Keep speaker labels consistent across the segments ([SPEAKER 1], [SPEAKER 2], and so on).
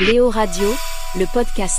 [SPEAKER 1] Léo Radio, le podcast.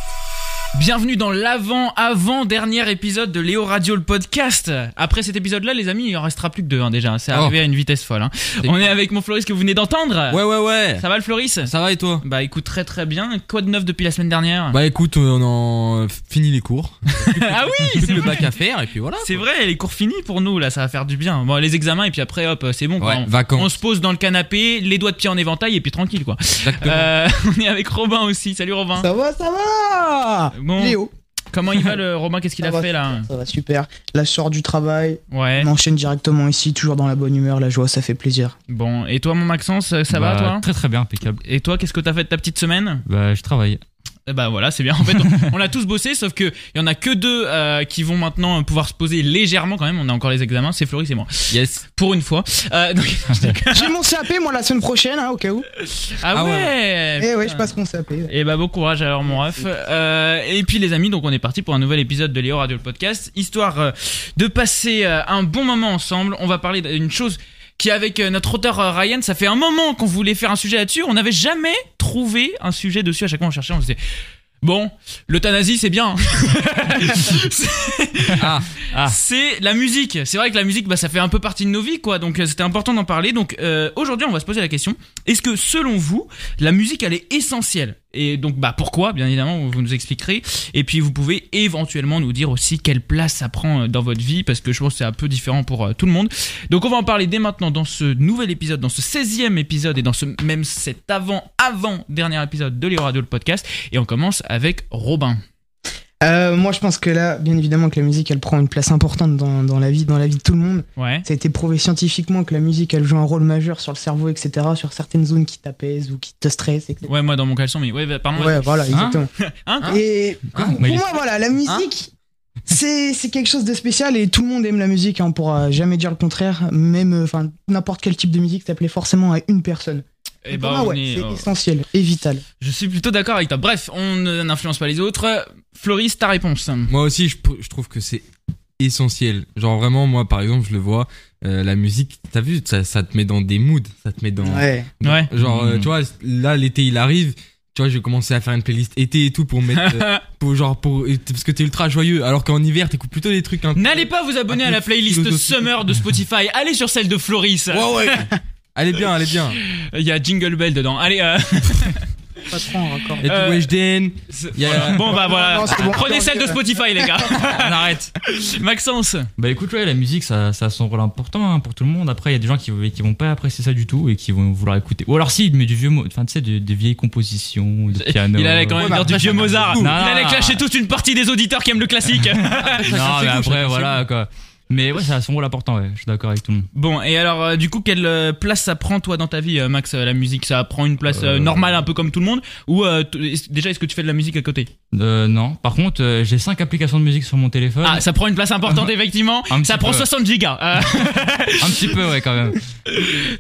[SPEAKER 2] Bienvenue dans l'avant-avant-dernier épisode de Léo Radio le podcast. Après cet épisode-là, les amis, il en restera plus que deux hein, déjà. C'est
[SPEAKER 3] Oh.
[SPEAKER 2] arrivé à une vitesse folle. hein. On est avec mon Floris que vous venez d'entendre.
[SPEAKER 3] Ouais, ouais, ouais.
[SPEAKER 2] Ah. Ça va le Floris
[SPEAKER 3] Ça va et toi
[SPEAKER 2] Bah écoute très très bien. Quoi de neuf depuis la semaine dernière
[SPEAKER 3] Bah écoute, on en finit les cours.
[SPEAKER 2] Ah oui,
[SPEAKER 3] Plus que
[SPEAKER 2] c'est
[SPEAKER 3] le
[SPEAKER 2] vrai.
[SPEAKER 3] bac à faire et puis voilà.
[SPEAKER 2] C'est vrai, les cours finis pour nous là, ça va faire du bien. Bon, les examens et puis après hop, c'est bon. quoi.
[SPEAKER 3] Ouais,
[SPEAKER 2] On- on,
[SPEAKER 3] vacances.
[SPEAKER 2] se pose dans le canapé, les doigts de pied en éventail et puis tranquille quoi.
[SPEAKER 3] Exactement.
[SPEAKER 2] Euh, on est avec Robin aussi. Salut Robin.
[SPEAKER 4] Ça va, ça va
[SPEAKER 2] Bon,
[SPEAKER 4] Léo,
[SPEAKER 2] comment il va le Robin Qu'est-ce qu'il
[SPEAKER 4] Ça
[SPEAKER 2] a
[SPEAKER 4] va,
[SPEAKER 2] fait là
[SPEAKER 4] ça va super. La sort du travail,
[SPEAKER 2] Ouais.
[SPEAKER 4] on enchaîne directement ici, toujours dans la bonne humeur, la joie, ça fait plaisir.
[SPEAKER 2] Bon, et toi mon Maxence, ça va
[SPEAKER 5] Bah,
[SPEAKER 2] toi
[SPEAKER 5] Très très bien, impeccable.
[SPEAKER 2] Et toi, qu'est-ce que t'as fait de ta petite semaine
[SPEAKER 5] Bah, je travaille.
[SPEAKER 2] Eh Bah voilà, c'est bien. En fait, on, on a tous bossé, sauf que il y en a que deux euh, qui vont maintenant pouvoir se poser légèrement quand même. On a encore les examens, c'est Floris et moi,
[SPEAKER 3] Yes.
[SPEAKER 2] pour une fois. Euh, donc-
[SPEAKER 4] J'ai mon CAP moi la semaine prochaine, hein, au cas où.
[SPEAKER 2] ah,
[SPEAKER 3] Ah
[SPEAKER 2] ouais.
[SPEAKER 3] ouais.
[SPEAKER 4] Eh ouais, je passe mon CAP. ouais.
[SPEAKER 2] Et bah bon courage alors mon ref. Euh, et puis les amis, donc on est parti pour un nouvel épisode de Léo Radio le podcast, histoire euh, de passer euh, un bon moment ensemble. On va parler d'une chose qui avec euh, notre auteur euh, Ryan, ça fait un moment qu'on voulait faire un sujet là-dessus, on n'avait jamais trouvé un sujet dessus. À chaque fois on cherchait, on se disait bon, l'euthanasie c'est bien.
[SPEAKER 3] Ah, Ah.
[SPEAKER 2] C'est la musique. C'est vrai que la musique, bah, ça fait un peu partie de nos vies, quoi. Donc, euh, c'était important d'en parler. Donc, euh, aujourd'hui, on va se poser la question est-ce que, selon vous, la musique, elle est essentielle Et donc, bah, pourquoi Bien évidemment, vous nous expliquerez. Et puis, vous pouvez éventuellement nous dire aussi quelle place ça prend euh, dans votre vie, parce que je pense que c'est un peu différent pour euh, tout le monde. Donc, on va en parler dès maintenant dans ce nouvel épisode, dans ce 16e épisode et dans ce même cet avant-avant-dernier épisode de Léo Radio, le podcast. Et on commence avec Robin.
[SPEAKER 4] Euh, moi, je pense que là, bien évidemment, que la musique, elle prend une place importante dans, dans la vie, dans la vie de tout le monde.
[SPEAKER 2] Ouais.
[SPEAKER 4] Ça a été prouvé scientifiquement que la musique, elle joue un rôle majeur sur le cerveau, etc., sur certaines zones qui t'apaisent ou qui te stressent, etc.
[SPEAKER 2] Ouais, moi dans mon caleçon, mais ouais, bah, pardon.
[SPEAKER 4] Ouais, voilà, exactement.
[SPEAKER 2] Hein
[SPEAKER 4] et
[SPEAKER 3] Hein
[SPEAKER 4] pour,
[SPEAKER 5] Bah, il
[SPEAKER 4] pour
[SPEAKER 5] est-
[SPEAKER 4] moi, voilà, la musique, c'est c'est quelque chose de spécial et tout le monde aime la musique. hein, on pourra jamais dire le contraire. Même, euh, enfin, n'importe quel type de musique, ça plaît forcément à une personne.
[SPEAKER 2] Eh
[SPEAKER 4] Pour
[SPEAKER 2] bah,
[SPEAKER 4] moi,
[SPEAKER 2] on
[SPEAKER 4] ouais,
[SPEAKER 2] est-
[SPEAKER 4] c'est
[SPEAKER 2] euh,
[SPEAKER 4] essentiel et vital.
[SPEAKER 2] Je suis plutôt d'accord avec toi. Bref, on ne- n'influence pas les autres. Floris, ta réponse.
[SPEAKER 3] Moi aussi, je, pr- je trouve que c'est essentiel. Genre vraiment, moi par exemple, je le vois, euh, la musique, t'as vu, ça, ça te met dans des moods, ça te met dans...
[SPEAKER 4] Ouais.
[SPEAKER 3] dans-
[SPEAKER 2] Ouais.
[SPEAKER 3] Genre, euh,
[SPEAKER 5] Mhm.
[SPEAKER 3] tu vois, là l'été il arrive. Tu vois, j'ai commencé à faire une playlist été et tout pour mettre, euh, pour genre pour parce que t'es ultra joyeux, alors qu'en hiver t'écoutes plutôt des trucs. un peu-
[SPEAKER 2] N'allez pas vous abonner à la playlist
[SPEAKER 3] Philosophie.
[SPEAKER 2] Summer de Spotify. Allez sur celle de Floris. Il
[SPEAKER 3] Ouais ouais. allez bien, allez bien.
[SPEAKER 2] y a Jingle Bell dedans. Allez. euh,
[SPEAKER 4] Pas trop en raccord.
[SPEAKER 3] Et
[SPEAKER 2] Euh,
[SPEAKER 3] tout Weshden.
[SPEAKER 2] c'est-
[SPEAKER 3] Y a-
[SPEAKER 2] Bon bah voilà.
[SPEAKER 4] Non, c'est bon.
[SPEAKER 2] Prenez celle de Spotify les gars.
[SPEAKER 5] On arrête.
[SPEAKER 2] Maxence.
[SPEAKER 5] Bah, écoute, ouais, la musique, ça, ça a son rôle important hein, pour tout le monde. Après, il y a des gens qui, qui vont pas apprécier ça du tout et qui vont vouloir écouter. Ou alors, si, mais du vieux, mo- enfin, tu sais, de- des vieilles compositions, de piano.
[SPEAKER 2] Il allait quand même
[SPEAKER 3] Ouais,
[SPEAKER 2] dire
[SPEAKER 3] bah,
[SPEAKER 2] du
[SPEAKER 3] après,
[SPEAKER 2] vieux
[SPEAKER 3] chacun
[SPEAKER 2] Mozart.
[SPEAKER 3] ses
[SPEAKER 2] Il
[SPEAKER 5] goûts. Non,
[SPEAKER 2] allait
[SPEAKER 5] non,
[SPEAKER 2] clasher
[SPEAKER 5] non.
[SPEAKER 2] toute une partie des auditeurs qui aiment le classique.
[SPEAKER 5] Non,
[SPEAKER 3] ses
[SPEAKER 5] mais
[SPEAKER 3] goûts, chacun
[SPEAKER 5] après,
[SPEAKER 3] ses
[SPEAKER 5] voilà, quoi. Mais ouais, ça a son rôle important, ouais. Je suis d'accord avec tout le monde.
[SPEAKER 2] bon et alors euh, du coup quelle euh, place ça prend toi dans ta vie euh, Max euh, la musique ça prend une place euh,
[SPEAKER 5] Euh,
[SPEAKER 2] normale un peu comme tout le monde ou euh, t- est- déjà est-ce que tu fais de la musique à côté
[SPEAKER 5] Euh, non. Par contre, euh, j'ai cinq applications de musique sur mon téléphone.
[SPEAKER 2] Ah, ça prend une place importante, effectivement.
[SPEAKER 5] Un petit
[SPEAKER 2] Ça prend
[SPEAKER 5] peu.
[SPEAKER 2] 60 gigas. Euh,
[SPEAKER 5] Un petit peu, ouais, quand même.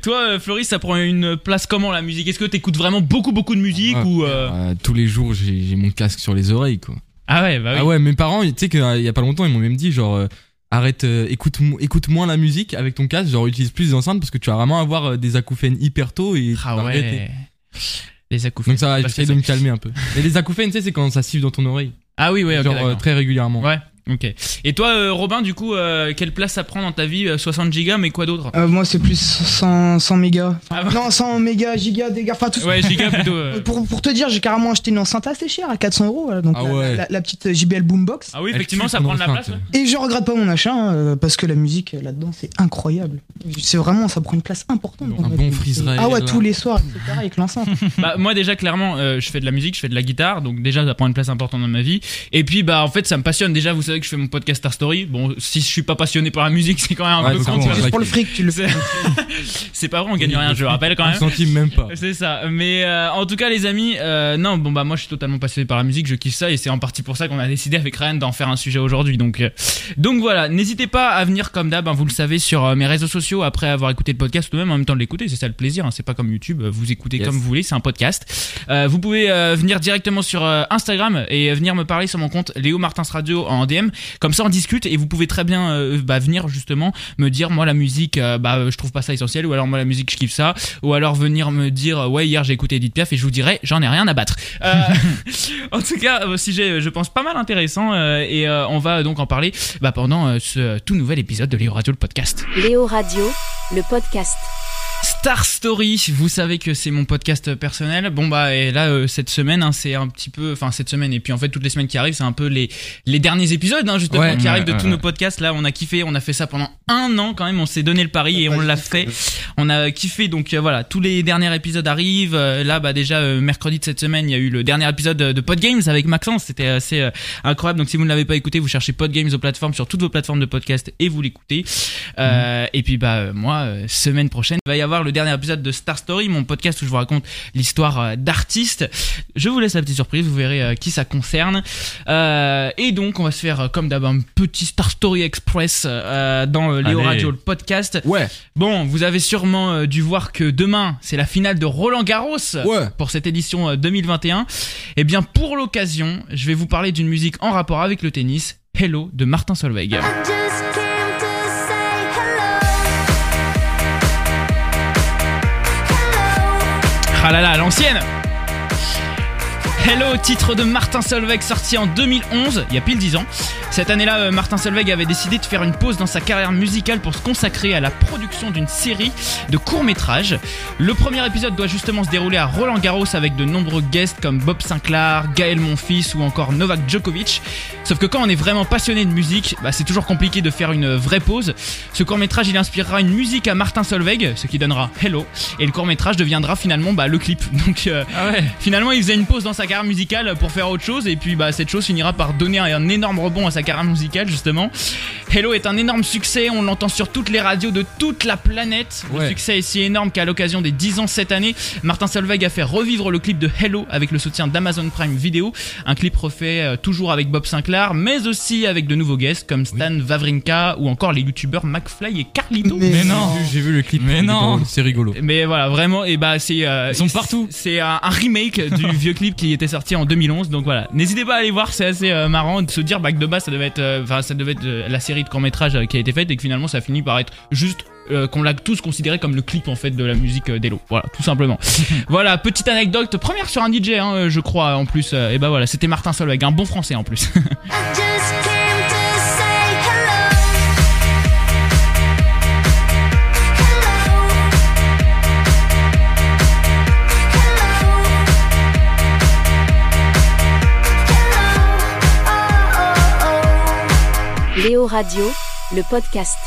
[SPEAKER 2] toi, euh, Floris, ça prend une place comment la musique Est-ce que t'écoutes vraiment beaucoup, beaucoup de musique
[SPEAKER 3] Ouais.
[SPEAKER 2] ou euh,
[SPEAKER 3] Euh, tous les jours, j'ai j'ai mon casque sur les oreilles, quoi.
[SPEAKER 2] Ah ouais, bah oui.
[SPEAKER 3] Ah ouais, mes parents, tu sais qu'il y a pas longtemps, ils m'ont même dit genre euh, arrête, euh, écoute, mo- écoute moins la musique avec ton casque, genre utilise plus les enceintes parce que tu vas vraiment avoir euh, des acouphènes hyper tôt et tu
[SPEAKER 2] Ah
[SPEAKER 3] vas
[SPEAKER 2] ouais.
[SPEAKER 3] regretter.
[SPEAKER 2] Les acouphènes.
[SPEAKER 3] Donc ça va,
[SPEAKER 2] Parce que
[SPEAKER 3] j'essaie de
[SPEAKER 2] c'est-
[SPEAKER 3] me calmer un peu. Mais les acouphènes, tu sais, c'est quand ça siffle dans ton oreille,
[SPEAKER 2] Ah oui, ouais, ok.
[SPEAKER 3] genre euh,
[SPEAKER 2] d'accord.
[SPEAKER 3] très régulièrement.
[SPEAKER 2] Ouais, ok. Et toi, euh, Robin, du coup, euh, quelle place ça prend dans ta vie euh, 60 gigas, mais quoi d'autre
[SPEAKER 4] Euh, moi, c'est plus 100, 100 mégas.
[SPEAKER 2] Ah bah.
[SPEAKER 4] Non, 100 mégas, gigas, dégâts, enfin tout ça.
[SPEAKER 2] Ouais, gigas plutôt. euh.
[SPEAKER 4] Pour, pour te dire, j'ai carrément acheté une enceinte assez chère à 400 euros. voilà, donc
[SPEAKER 3] Ah
[SPEAKER 4] la,
[SPEAKER 3] ouais.
[SPEAKER 4] la- la petite euh, JBL Boombox.
[SPEAKER 2] Ah oui,
[SPEAKER 3] Elle
[SPEAKER 2] effectivement,
[SPEAKER 3] tue
[SPEAKER 2] ça
[SPEAKER 3] ton
[SPEAKER 2] prend de la
[SPEAKER 3] enceinte.
[SPEAKER 2] place. ouais.
[SPEAKER 4] Et je regrette pas mon achat hein, euh, parce que la musique euh, là-dedans c'est incroyable. C'est vraiment, ça prend une place importante. dans
[SPEAKER 3] Un
[SPEAKER 4] ma
[SPEAKER 3] bon
[SPEAKER 4] vie.
[SPEAKER 3] freeze-rail,
[SPEAKER 4] Ah ouais,
[SPEAKER 3] là.
[SPEAKER 4] tous les soirs, etc. avec l'enceinte.
[SPEAKER 2] Bah, moi déjà clairement euh, je fais de la musique, je fais de la guitare, donc déjà ça prend une place importante dans ma vie. Et puis bah en fait ça me passionne déjà, vous savez que je fais mon podcast Star Story. Bon, si je suis pas passionné par la musique, c'est quand même un
[SPEAKER 3] Ouais,
[SPEAKER 2] peu
[SPEAKER 3] faut
[SPEAKER 2] con,
[SPEAKER 3] qu'on
[SPEAKER 2] tu vois.
[SPEAKER 3] Ouais,
[SPEAKER 4] Juste pour
[SPEAKER 3] ouais.
[SPEAKER 4] le fric, tu le
[SPEAKER 2] C'est- C'est pas vrai, on gagne rien, je le rappelle quand
[SPEAKER 3] Un
[SPEAKER 2] même.
[SPEAKER 3] centime même pas.
[SPEAKER 2] C'est ça. Mais euh, en tout cas, les amis, euh, non, bon bah moi je suis totalement passionné par la musique, je kiffe ça et c'est en partie pour ça qu'on a décidé avec Ryan d'en faire un sujet aujourd'hui. Donc, euh, donc voilà, n'hésitez pas à venir comme d'hab, hein, vous le savez, sur euh, mes réseaux sociaux après avoir écouté le podcast ou même en même temps de l'écouter, c'est ça le plaisir. hein, c'est pas comme YouTube, euh, vous écoutez
[SPEAKER 3] Yes.
[SPEAKER 2] comme vous voulez, c'est un podcast. Euh, vous pouvez euh, venir directement sur euh, Instagram et venir me parler sur mon compte Léo Martins Radio en DM. problème. Comme ça, on discute et vous pouvez très bien euh, bah, venir justement me dire moi la musique, euh, bah je trouve pas ça essentiel, ou alors moi la musique je kiffe ça, ou alors venir me dire euh, ouais hier j'ai écouté Edith Piaf et je vous dirai j'en ai rien à battre. Euh, en tout cas, euh, sujet je pense pas mal intéressant euh, et euh, on va donc en parler bah, pendant euh, ce tout nouvel épisode de Léo Radio le podcast.
[SPEAKER 1] Léo Radio, le podcast.
[SPEAKER 2] Star Story, vous savez que c'est mon podcast personnel. Bon bah et là euh, cette semaine, hein, c'est un petit peu, enfin cette semaine et puis en fait toutes les semaines qui arrivent, c'est un peu les les derniers épisodes hein, justement
[SPEAKER 3] Ouais,
[SPEAKER 2] qui
[SPEAKER 3] ouais,
[SPEAKER 2] arrivent de
[SPEAKER 3] ouais,
[SPEAKER 2] tous
[SPEAKER 3] ouais.
[SPEAKER 2] nos podcasts. Là, on a kiffé, on a fait ça pendant un an quand même. On s'est donné le pari
[SPEAKER 3] Ah, bah,
[SPEAKER 2] et on l'a fait. On a kiffé donc euh, voilà, tous les derniers épisodes arrivent. Euh, là bah déjà euh, mercredi de cette semaine, il y a eu le dernier épisode euh, de de Pod Games avec Maxence. C'était assez euh, incroyable. Donc si vous ne l'avez pas écouté, vous cherchez Pod Games aux plateformes sur toutes vos plateformes de podcast et vous l'écoutez. Euh, Et puis bah euh, moi, euh, semaine prochaine, il va y avoir le dernier épisode de Star Story, mon podcast où je vous raconte l'histoire euh, d'artistes. Je vous laisse la petite surprise, vous verrez euh, qui ça concerne. Euh, et donc on va se faire euh, comme d'hab un petit Star Story Express euh, dans euh, Léo
[SPEAKER 5] Allez.
[SPEAKER 2] Radio le podcast.
[SPEAKER 3] Ouais,
[SPEAKER 2] Bon, vous avez sûrement euh, dû voir que demain c'est la finale de Roland Garros
[SPEAKER 3] ouais.
[SPEAKER 2] pour cette édition euh, 2021. Et Eh bien pour l'occasion, je vais vous parler d'une musique en rapport avec le tennis, Hello de Martin Solveig. Ah là là, à l'ancienne Hello, titre de Martin Solveig sorti en 2011, il y a pile 10 ans. Cette année-là, euh, Martin Solveig avait décidé de faire une pause dans sa carrière musicale pour se consacrer à la production d'une série de courts-métrages. Le premier épisode doit justement se dérouler à Roland Garros avec de nombreux guests comme Bob Sinclair, Gaël Monfils ou encore Novak Djokovic. Sauf que quand on est vraiment passionné de musique, bah, c'est toujours compliqué de faire une vraie pause. Ce court-métrage, il inspirera une musique à Martin Solveig, ce qui donnera Hello, et le court-métrage deviendra finalement bah, le clip. Donc euh,
[SPEAKER 5] Ah ouais.
[SPEAKER 2] Finalement, il faisait une pause dans sa carrière musicale pour faire autre chose, et puis bah, cette chose finira par donner un énorme rebond à sa carrière musicale, justement. Hello est un énorme succès, on l'entend sur toutes les radios de toute la planète. Le
[SPEAKER 3] Ouais.
[SPEAKER 2] succès est si énorme qu'à l'occasion des 10 ans cette année, Martin Solveig a fait revivre le clip de Hello avec le soutien d'Amazon Prime Video. Un clip refait euh, toujours avec Bob Sinclair, mais aussi avec de nouveaux guests comme Stan Wawrinka ou encore les youtubeurs McFly et Carlito.
[SPEAKER 4] Mais
[SPEAKER 5] Mais non.
[SPEAKER 3] J'ai vu- J'ai vu le clip.
[SPEAKER 5] Mais
[SPEAKER 3] il est
[SPEAKER 5] non.
[SPEAKER 3] drôle, C'est rigolo.
[SPEAKER 2] Mais voilà, vraiment, et bah c'est. euh,
[SPEAKER 5] Ils sont partout.
[SPEAKER 2] C'est un, un remake du vieux clip qui était sorti en 2011. Donc voilà, n'hésitez pas à aller voir, c'est assez euh, marrant de se dire bah, que de base ça devait être, euh, enfin ça devait être euh, la série de court métrage qui a été faite et que finalement ça finit par être juste. euh, qu'on l'a tous considéré comme le clip en fait de la musique euh, d'Elo. Voilà, tout simplement. voilà, petite anecdote, première sur un DJ, hein, euh, je crois, en plus. euh, et bah voilà, c'était Martin Solveig, un bon français en plus.
[SPEAKER 1] Léo Radio, le podcast.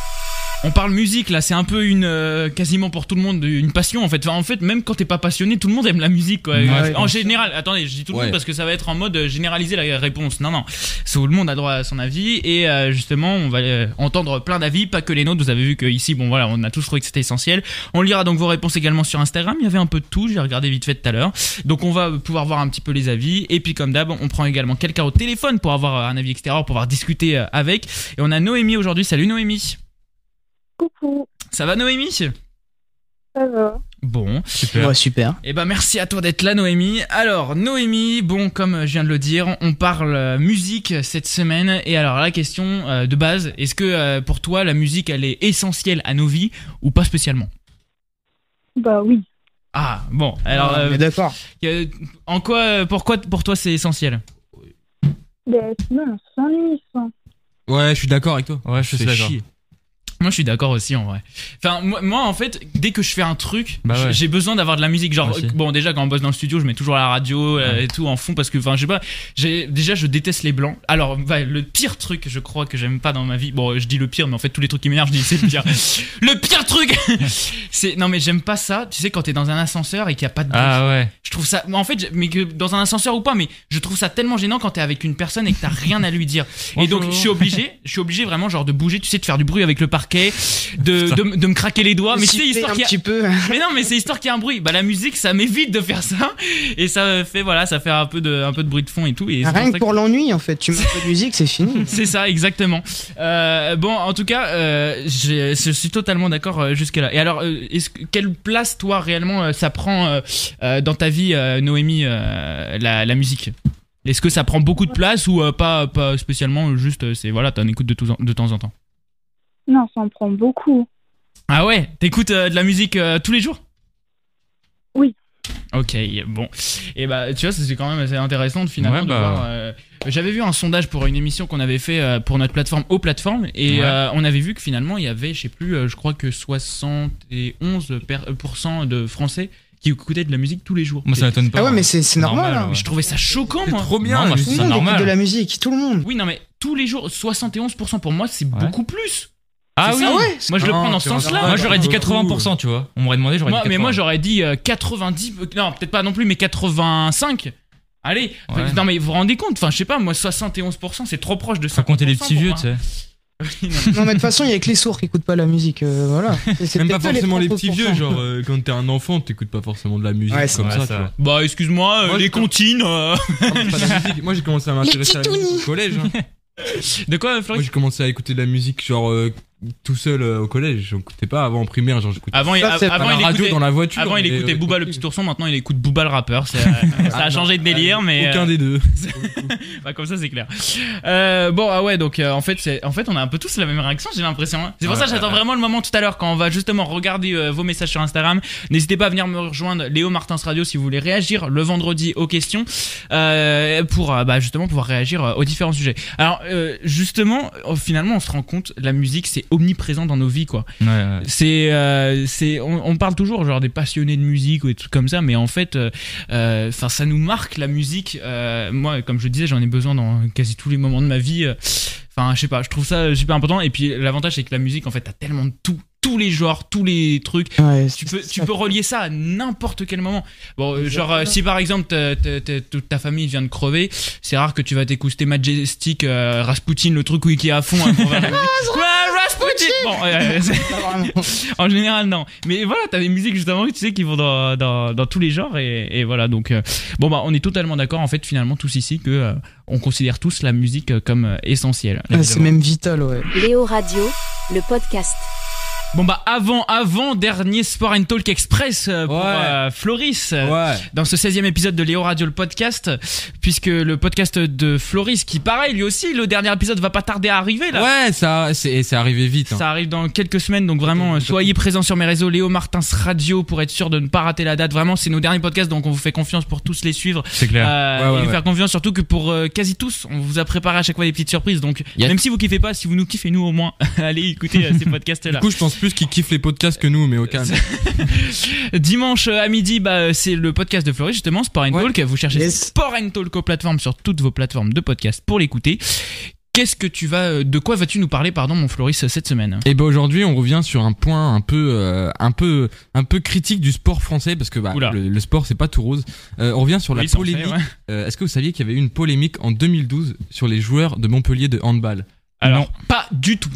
[SPEAKER 2] On parle musique là, c'est un peu une euh, quasiment pour tout le monde une passion en fait. Enfin, en fait, même quand t'es pas passionné, tout le monde aime la musique quoi.
[SPEAKER 5] Ouais,
[SPEAKER 4] ouais.
[SPEAKER 2] en général, attendez, je dis tout le
[SPEAKER 3] Ouais.
[SPEAKER 2] monde parce que ça va être en mode euh, généraliser la réponse. Non non, tout le monde a droit à son avis et euh, justement, on va euh, entendre plein d'avis, pas que les nôtres. Vous avez vu que ici, bon voilà, on a tous trouvé que c'était essentiel. On lira donc vos réponses également sur Instagram. Il y avait un peu de tout, j'ai regardé vite fait tout à l'heure. Donc on va pouvoir voir un petit peu les avis. Et puis comme d'hab, on prend également quelqu'un au téléphone pour avoir euh, un avis extérieur, pour pouvoir discuter euh, avec. Et on a Noémie aujourd'hui. Salut Noémie.
[SPEAKER 6] Coucou,
[SPEAKER 2] Ça va Noémie
[SPEAKER 6] ça va
[SPEAKER 2] Bon.
[SPEAKER 5] Super.
[SPEAKER 4] Ouais, super.
[SPEAKER 2] Eh ben merci à toi d'être là Noémie. Alors Noémie, bon comme je viens de le dire, on parle euh, musique cette semaine. Et alors la question euh, de base, est-ce que euh, pour toi la musique elle est essentielle à nos vies ou pas spécialement
[SPEAKER 6] Bah oui.
[SPEAKER 2] Ah bon, alors
[SPEAKER 4] On est
[SPEAKER 2] euh,
[SPEAKER 4] d'accord.
[SPEAKER 2] euh, en quoi, euh, pourquoi t- pour toi c'est essentiel
[SPEAKER 6] Ben sinon, on s'ennuie, ça.
[SPEAKER 3] Ouais, je suis d'accord avec toi.
[SPEAKER 5] Ouais, je suis
[SPEAKER 3] C'est
[SPEAKER 5] d'accord.
[SPEAKER 3] chier.
[SPEAKER 2] Moi je suis d'accord aussi en vrai. Enfin moi, moi, en fait dès que je fais un truc
[SPEAKER 5] Bah
[SPEAKER 2] j-
[SPEAKER 5] ouais.
[SPEAKER 2] j'ai besoin d'avoir de la musique genre
[SPEAKER 5] Moi aussi.
[SPEAKER 2] bon déjà quand on bosse dans le studio je mets toujours la radio euh,
[SPEAKER 5] Ouais.
[SPEAKER 2] et tout en fond parce que enfin je sais pas j'ai déjà je déteste les blancs. Alors bah, le pire truc je crois que j'aime pas dans ma vie bon je dis le pire mais en fait tous les trucs qui m'énervent je dis c'est le pire. le pire truc c'est non mais j'aime pas ça tu sais quand t'es dans un ascenseur et qu'il y a pas de bruit.
[SPEAKER 5] Ah ouais.
[SPEAKER 2] Je trouve ça, en fait, je- mais que dans un ascenseur ou pas, mais je trouve ça tellement gênant quand t'es avec une personne et que t'as rien à lui dire. et
[SPEAKER 5] Bonjour.
[SPEAKER 2] donc, je suis obligé, je suis obligé vraiment genre de bouger, tu sais, de faire du bruit avec le parquet, de, de, m- de me craquer les doigts. oh, Mais tu sais,
[SPEAKER 4] Siffler
[SPEAKER 2] histoire
[SPEAKER 4] un
[SPEAKER 2] qu'il y a-
[SPEAKER 4] petit peu. hein.
[SPEAKER 2] mais non, mais c'est histoire qu'il y a un bruit. Bah la musique, ça m'évite de faire ça et ça fait voilà, ça fait un peu de, un peu de bruit de fond et tout. Et c'est
[SPEAKER 4] Rien
[SPEAKER 2] ça
[SPEAKER 4] que pour l'ennui, en fait. Tu mets un peu de musique, c'est fini.
[SPEAKER 2] c'est ça, exactement. Euh, bon, en tout cas, euh, j'ai- je suis totalement d'accord euh, jusque-là. Et alors, euh, est-ce que- quelle place, toi, réellement, euh, ça prend euh, euh, dans ta vie, euh, Noémie, euh, la, la musique Est-ce que ça prend beaucoup de place ou euh, pas, pas spécialement, euh, juste euh, c'est voilà, t'en écoutes de, tous en- de temps en temps
[SPEAKER 6] Non, ça en prend beaucoup.
[SPEAKER 2] Ah ouais, t'écoutes euh, de la musique euh, tous les jours
[SPEAKER 6] Oui.
[SPEAKER 2] Ok, bon. Et bah, tu vois, ça, c'est quand même assez intéressant de finalement
[SPEAKER 5] Ouais,
[SPEAKER 2] de
[SPEAKER 5] bah.
[SPEAKER 2] voir, euh, J'avais vu un sondage pour une émission qu'on avait fait euh, pour notre plateforme aux plateformes et
[SPEAKER 5] Ouais.
[SPEAKER 2] euh, on avait vu que finalement il y avait, je sais plus, euh, je crois que 71% de Français qui écoutaient de la musique tous les jours.
[SPEAKER 5] Moi, ça m'étonne pas.
[SPEAKER 4] Ah ouais, mais c'est c'est normal. hein.
[SPEAKER 5] ouais.
[SPEAKER 2] Je trouvais ça choquant,
[SPEAKER 3] C'est
[SPEAKER 2] moi.
[SPEAKER 3] trop bien.
[SPEAKER 5] Non, moi, je
[SPEAKER 4] Tout
[SPEAKER 5] trouve
[SPEAKER 4] le monde
[SPEAKER 5] ça
[SPEAKER 4] écoute de la
[SPEAKER 5] normal.
[SPEAKER 4] musique, tout le monde.
[SPEAKER 2] Oui, non, mais tous les jours, 71% pour moi, c'est
[SPEAKER 5] Ouais.
[SPEAKER 2] beaucoup plus.
[SPEAKER 5] Ah
[SPEAKER 2] C'est
[SPEAKER 5] oui
[SPEAKER 2] ça,
[SPEAKER 4] ouais
[SPEAKER 2] Moi, je le
[SPEAKER 3] Non,
[SPEAKER 2] prends dans
[SPEAKER 3] tu
[SPEAKER 2] ce
[SPEAKER 3] regardes
[SPEAKER 2] sens-là.
[SPEAKER 3] pas,
[SPEAKER 5] Moi, j'aurais dit
[SPEAKER 3] Ouais.
[SPEAKER 5] 80%, tu vois. On m'aurait demandé, j'aurais dit
[SPEAKER 2] Moi,
[SPEAKER 5] 80%.
[SPEAKER 2] mais moi j'aurais dit euh, 90 euh, non peut-être pas non plus mais 85 allez
[SPEAKER 5] Ouais.
[SPEAKER 2] non mais vous vous rendez compte enfin je sais pas moi 71% c'est trop proche de
[SPEAKER 5] Sans
[SPEAKER 2] 50
[SPEAKER 5] compter les petits vieux, tu sais.
[SPEAKER 4] Non, mais de toute façon, il y a que les sourds qui écoutent pas la musique. euh, voilà. C'est- c'est
[SPEAKER 3] Même pas
[SPEAKER 4] peut-être eux
[SPEAKER 3] forcément les petits
[SPEAKER 4] 30%.
[SPEAKER 3] vieux, genre euh, quand t'es un enfant, t'écoutes pas forcément de la musique
[SPEAKER 4] Ouais, c'est
[SPEAKER 3] comme
[SPEAKER 5] Ouais,
[SPEAKER 3] ça.
[SPEAKER 5] ça
[SPEAKER 3] tu vois.
[SPEAKER 2] bah excuse-moi euh,
[SPEAKER 3] Moi,
[SPEAKER 2] les
[SPEAKER 3] je-
[SPEAKER 2] comptines euh.
[SPEAKER 3] Ah, moi, c'est pas de la musique. Moi j'ai commencé à m'intéresser à la musique au collège. hein.
[SPEAKER 2] de quoi
[SPEAKER 3] Moi
[SPEAKER 2] Florian
[SPEAKER 3] j'ai commencé à écouter de la musique genre euh, tout seul euh, au collège. J'écoutais pas avant en primaire, genre j'écoutais
[SPEAKER 2] avant, il-
[SPEAKER 4] Ça, c'est
[SPEAKER 2] av-
[SPEAKER 4] pas
[SPEAKER 2] avant
[SPEAKER 3] à la
[SPEAKER 2] il
[SPEAKER 3] radio
[SPEAKER 2] écoutait,
[SPEAKER 3] dans la voiture.
[SPEAKER 2] avant il
[SPEAKER 3] mais,
[SPEAKER 2] écoutait
[SPEAKER 3] euh,
[SPEAKER 2] Booba le petit ourson maintenant il écoute Booba le rappeur c'est, euh, ça a changé de délire mais
[SPEAKER 3] Ah, Aucun
[SPEAKER 2] euh,
[SPEAKER 3] des deux.
[SPEAKER 2] bah, comme ça c'est clair Euh, bon ah ouais donc euh, en fait c'est en fait on a un peu tous la même réaction j'ai l'impression hein. c'est pour ça que j'attends vraiment le moment tout à l'heure quand on va justement regarder euh, vos messages sur Instagram n'hésitez pas à venir me rejoindre Léo Martins Radio si vous voulez réagir le vendredi aux questions euh, pour euh, bah, justement pouvoir réagir euh, aux différents sujets alors euh, justement euh, finalement on se rend compte la musique c'est omniprésent dans nos vies quoi
[SPEAKER 5] Ouais, ouais.
[SPEAKER 2] c'est, euh, c'est, on, on parle toujours genre des passionnés de musique ou des trucs comme ça, mais en fait, euh, enfin, ça nous marque la musique. Euh, moi, comme je disais, j'en ai besoin dans quasi tous les moments de ma vie. Enfin, je sais pas, je trouve ça super important. Et puis l'avantage, c'est que la musique, en fait, t'as tellement de tout, tous les genres, tous les trucs
[SPEAKER 4] hein. Ouais,
[SPEAKER 2] tu
[SPEAKER 4] c'est-
[SPEAKER 2] peux, tu peux relier ça à n'importe quel moment. Bon, euh, genre, euh, si par exemple t'as- t'as- t'as- toute ta famille vient de crever, c'est rare que tu vas t'écouter Majestic, euh, Rasputin, le truc oui, qui est à fond. hein, pour voir la musique. Ouais, Rasputin Bon, euh, c'est-
[SPEAKER 4] Pas vraiment.
[SPEAKER 2] en général, non. Mais voilà, t'as des musiques justement, tu sais, qui vont dans, dans, dans tous les genres. Et, et voilà, donc, euh, bon, bah, on est totalement d'accord, en fait, finalement, tous ici, que euh, on considère tous la musique euh, comme euh, essentielle.
[SPEAKER 4] Ouais, Ah, C'est même vital, ouais.
[SPEAKER 1] Léo Radio, le podcast.
[SPEAKER 2] Bon, bah, avant, avant, dernier Sport and Talk Express euh, pour
[SPEAKER 3] Ouais.
[SPEAKER 2] euh, Floris.
[SPEAKER 3] Ouais.
[SPEAKER 2] dans ce 16e épisode de Léo Radio le podcast, puisque le podcast de Floris, qui pareil, lui aussi, le dernier épisode va pas tarder à arriver là.
[SPEAKER 3] Ouais, ça, c'est et c'est arrivé vite. hein.
[SPEAKER 2] Ça arrive dans quelques semaines, donc vraiment, euh, soyez présents sur mes réseaux Léo Martins Radio pour être sûr de ne pas rater la date. Vraiment, c'est nos derniers podcasts, donc on vous fait confiance pour tous les suivre.
[SPEAKER 5] C'est clair.
[SPEAKER 2] Euh,
[SPEAKER 3] Ouais, ouais,
[SPEAKER 2] et nous
[SPEAKER 3] ouais.
[SPEAKER 2] faire confiance, surtout que pour euh, quasi tous, on vous a préparé à chaque fois des petites surprises. Donc,
[SPEAKER 3] Yes.
[SPEAKER 2] même si vous kiffez pas, si vous nous kiffez, nous au moins, allez écouter euh, ces podcasts-là.
[SPEAKER 3] Du coup, je pense plus qu'ils kiffent les podcasts que nous, mais au calme.
[SPEAKER 2] Dimanche euh, à midi, bah, euh, c'est le podcast de Floris, justement, Sport and
[SPEAKER 3] Ouais.
[SPEAKER 2] Talk. Vous cherchez
[SPEAKER 4] Yes.
[SPEAKER 2] Sport and Talk aux plateformes sur toutes vos plateformes de podcast pour l'écouter. Qu'est-ce que tu vas, euh, de quoi vas-tu nous parler, pardon, mon Floris, euh, cette semaine
[SPEAKER 3] Et ben aujourd'hui, on revient sur un point un peu, euh, un peu, un peu critique du sport français parce que bah,
[SPEAKER 2] Oula.
[SPEAKER 3] le, le sport c'est pas tout rose. Euh, on revient sur la
[SPEAKER 2] Oui, t'en sais,
[SPEAKER 3] polémique.
[SPEAKER 2] ouais.
[SPEAKER 3] Euh, Est-ce que vous saviez qu'il y avait eu une polémique en 2012 sur les joueurs de Montpellier de handball
[SPEAKER 2] Alors, pas du tout.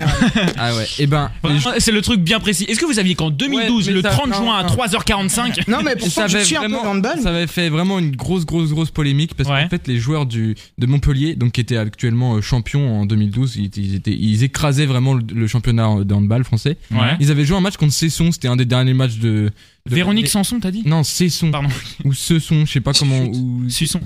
[SPEAKER 3] Ah ouais. Et ben, les jou-
[SPEAKER 2] Vraiment, Bah, C'est le truc bien précis. Est-ce que vous saviez qu'en 2012,
[SPEAKER 3] Ouais, mais
[SPEAKER 2] le
[SPEAKER 3] ça-
[SPEAKER 2] 30
[SPEAKER 3] non,
[SPEAKER 2] juin à
[SPEAKER 3] non.
[SPEAKER 2] 3h45,
[SPEAKER 4] Non, mais pour ça, je suis un peu dans le bal.
[SPEAKER 3] ça avait fait vraiment une grosse, grosse, grosse polémique parce
[SPEAKER 2] Ouais.
[SPEAKER 3] qu'en fait, les joueurs du, de Montpellier, donc qui étaient actuellement euh, champions en 2012, ils, ils étaient, ils écrasaient vraiment le, le championnat euh, de handball français.
[SPEAKER 2] Ouais.
[SPEAKER 3] Ils avaient joué un match contre Cesson, c'était un des derniers matchs de. de-
[SPEAKER 2] Véronique Sanson t'as dit
[SPEAKER 3] Non, Cesson.
[SPEAKER 2] Pardon.
[SPEAKER 3] Ou Cesson, je sais pas comment. Ou...
[SPEAKER 2] Suisson.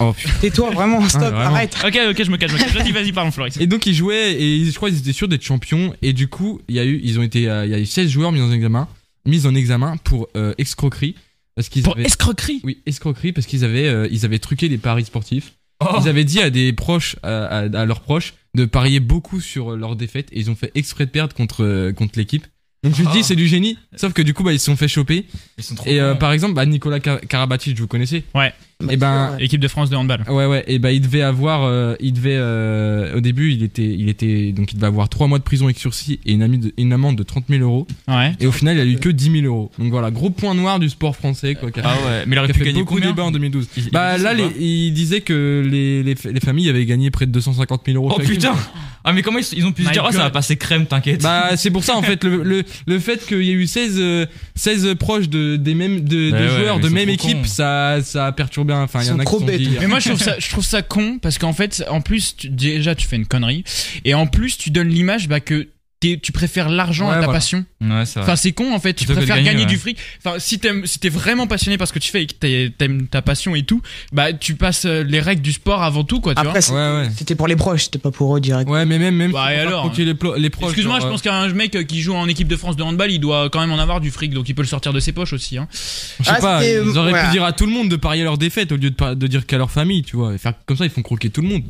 [SPEAKER 3] Oh, putain.
[SPEAKER 4] Tais-toi, vraiment, stop,
[SPEAKER 3] vraiment.
[SPEAKER 4] arrête.
[SPEAKER 2] Ok, ok, je me cache, je me cache. Vas-y, vas-y, pardon, Floris.
[SPEAKER 3] Et donc ils jouaient et ils- je crois ils étaient sûrs d'être champions et du coup il y a eu ils ont été euh, il y a eu 16 joueurs mis en examen mis en examen pour euh, escroquerie parce qu'ils
[SPEAKER 2] Pour
[SPEAKER 3] avaient
[SPEAKER 2] escroquerie.
[SPEAKER 3] oui escroquerie parce qu'ils avaient euh, ils avaient truqué des paris sportifs
[SPEAKER 5] Oh.
[SPEAKER 3] ils avaient dit à des proches à, à- à leurs proches de parier beaucoup sur euh, leurs défaites et ils ont fait exprès de perdre contre euh, contre l'équipe donc
[SPEAKER 5] Ah.
[SPEAKER 3] je me dis c'est du génie sauf que du coup bah ils se sont fait choper
[SPEAKER 5] Ils sont trop.
[SPEAKER 3] et euh, par exemple bah, Nicolas Car- Karabatic vous connaissez
[SPEAKER 2] Ouais.
[SPEAKER 3] et ben
[SPEAKER 2] Équipe de France de handball.
[SPEAKER 3] Ouais ouais et bah il devait avoir euh, il devait euh, au début il était il était donc il devait avoir trois mois de prison avec sursis et une, amie de- une amende de 30 000 euros
[SPEAKER 2] Ouais.
[SPEAKER 3] et au final il a eu que 10 000 euros donc voilà gros point noir du sport français quoi qui a,
[SPEAKER 5] Ah ouais, mais il
[SPEAKER 3] qui
[SPEAKER 5] aurait
[SPEAKER 3] a
[SPEAKER 5] pu
[SPEAKER 3] fait
[SPEAKER 5] gagner
[SPEAKER 3] beaucoup de
[SPEAKER 5] combien
[SPEAKER 3] débat en 2012
[SPEAKER 5] Il- il
[SPEAKER 3] bah
[SPEAKER 5] dit
[SPEAKER 3] là
[SPEAKER 5] ça,
[SPEAKER 3] les,
[SPEAKER 5] bah.
[SPEAKER 3] il disait que les, les, les familles avaient gagné près de 250 000 euros
[SPEAKER 5] Oh
[SPEAKER 3] chacune.
[SPEAKER 5] putain Ah, mais comment ils, ils ont pu se
[SPEAKER 2] My
[SPEAKER 5] dire, oh, ça
[SPEAKER 2] God.
[SPEAKER 5] va passer crème, t'inquiète.
[SPEAKER 3] bah c'est pour ça en fait le, le, le fait qu'il y ait eu 16 euh, 16 proches de des mêmes de,
[SPEAKER 5] Bah
[SPEAKER 3] de
[SPEAKER 5] ouais,
[SPEAKER 3] joueurs
[SPEAKER 5] ils
[SPEAKER 3] de
[SPEAKER 5] sont
[SPEAKER 3] même
[SPEAKER 5] trop
[SPEAKER 3] équipe
[SPEAKER 5] cons.
[SPEAKER 3] ça ça a perturbé hein. enfin il
[SPEAKER 4] Ils
[SPEAKER 3] y en
[SPEAKER 4] sont
[SPEAKER 3] a qui
[SPEAKER 4] trop
[SPEAKER 3] sont
[SPEAKER 4] bêtes.
[SPEAKER 3] dit hein.
[SPEAKER 2] Mais moi je trouve ça, je trouve ça con parce qu'en fait, en plus, tu- déjà tu fais une connerie et en plus tu donnes l'image bah, que t'es- tu préfères l'argent
[SPEAKER 5] Ouais,
[SPEAKER 2] à ta
[SPEAKER 5] voilà.
[SPEAKER 2] passion.
[SPEAKER 5] Ouais, c'est vrai.
[SPEAKER 2] Enfin, c'est con en fait. Tu
[SPEAKER 5] Plutôt que de
[SPEAKER 2] préfères gagner
[SPEAKER 5] gagner,
[SPEAKER 2] du
[SPEAKER 5] ouais.
[SPEAKER 2] fric. Enfin, si t'aimes, si t'es vraiment passionné par ce que tu fais et que t'es- t'aimes ta passion et tout, bah tu passes euh, les règles du sport avant tout, quoi. Tu vois.
[SPEAKER 4] Après, c'était-
[SPEAKER 3] Ouais, ouais.
[SPEAKER 4] c'était pour les proches, c'était pas pour eux direct.
[SPEAKER 3] Ouais, mais même, même.
[SPEAKER 2] Bah,
[SPEAKER 3] si
[SPEAKER 2] et
[SPEAKER 3] on va
[SPEAKER 2] alors
[SPEAKER 3] croquer les, plo- les proches.
[SPEAKER 2] Excuse-moi,
[SPEAKER 3] genre,
[SPEAKER 2] je
[SPEAKER 3] euh,
[SPEAKER 2] pense qu'un mec euh, qui joue en équipe de France de handball, il doit quand même en avoir du fric, donc il peut le sortir de ses poches aussi. Hein.
[SPEAKER 3] Je sais
[SPEAKER 4] Ah,
[SPEAKER 3] pas,
[SPEAKER 4] c'était-
[SPEAKER 3] ils auraient
[SPEAKER 4] ouais.
[SPEAKER 3] pu dire à tout le monde de parier leur défaite au lieu de, par- de dire qu'à leur famille, tu vois. Et faire comme ça, ils font croquer tout le monde.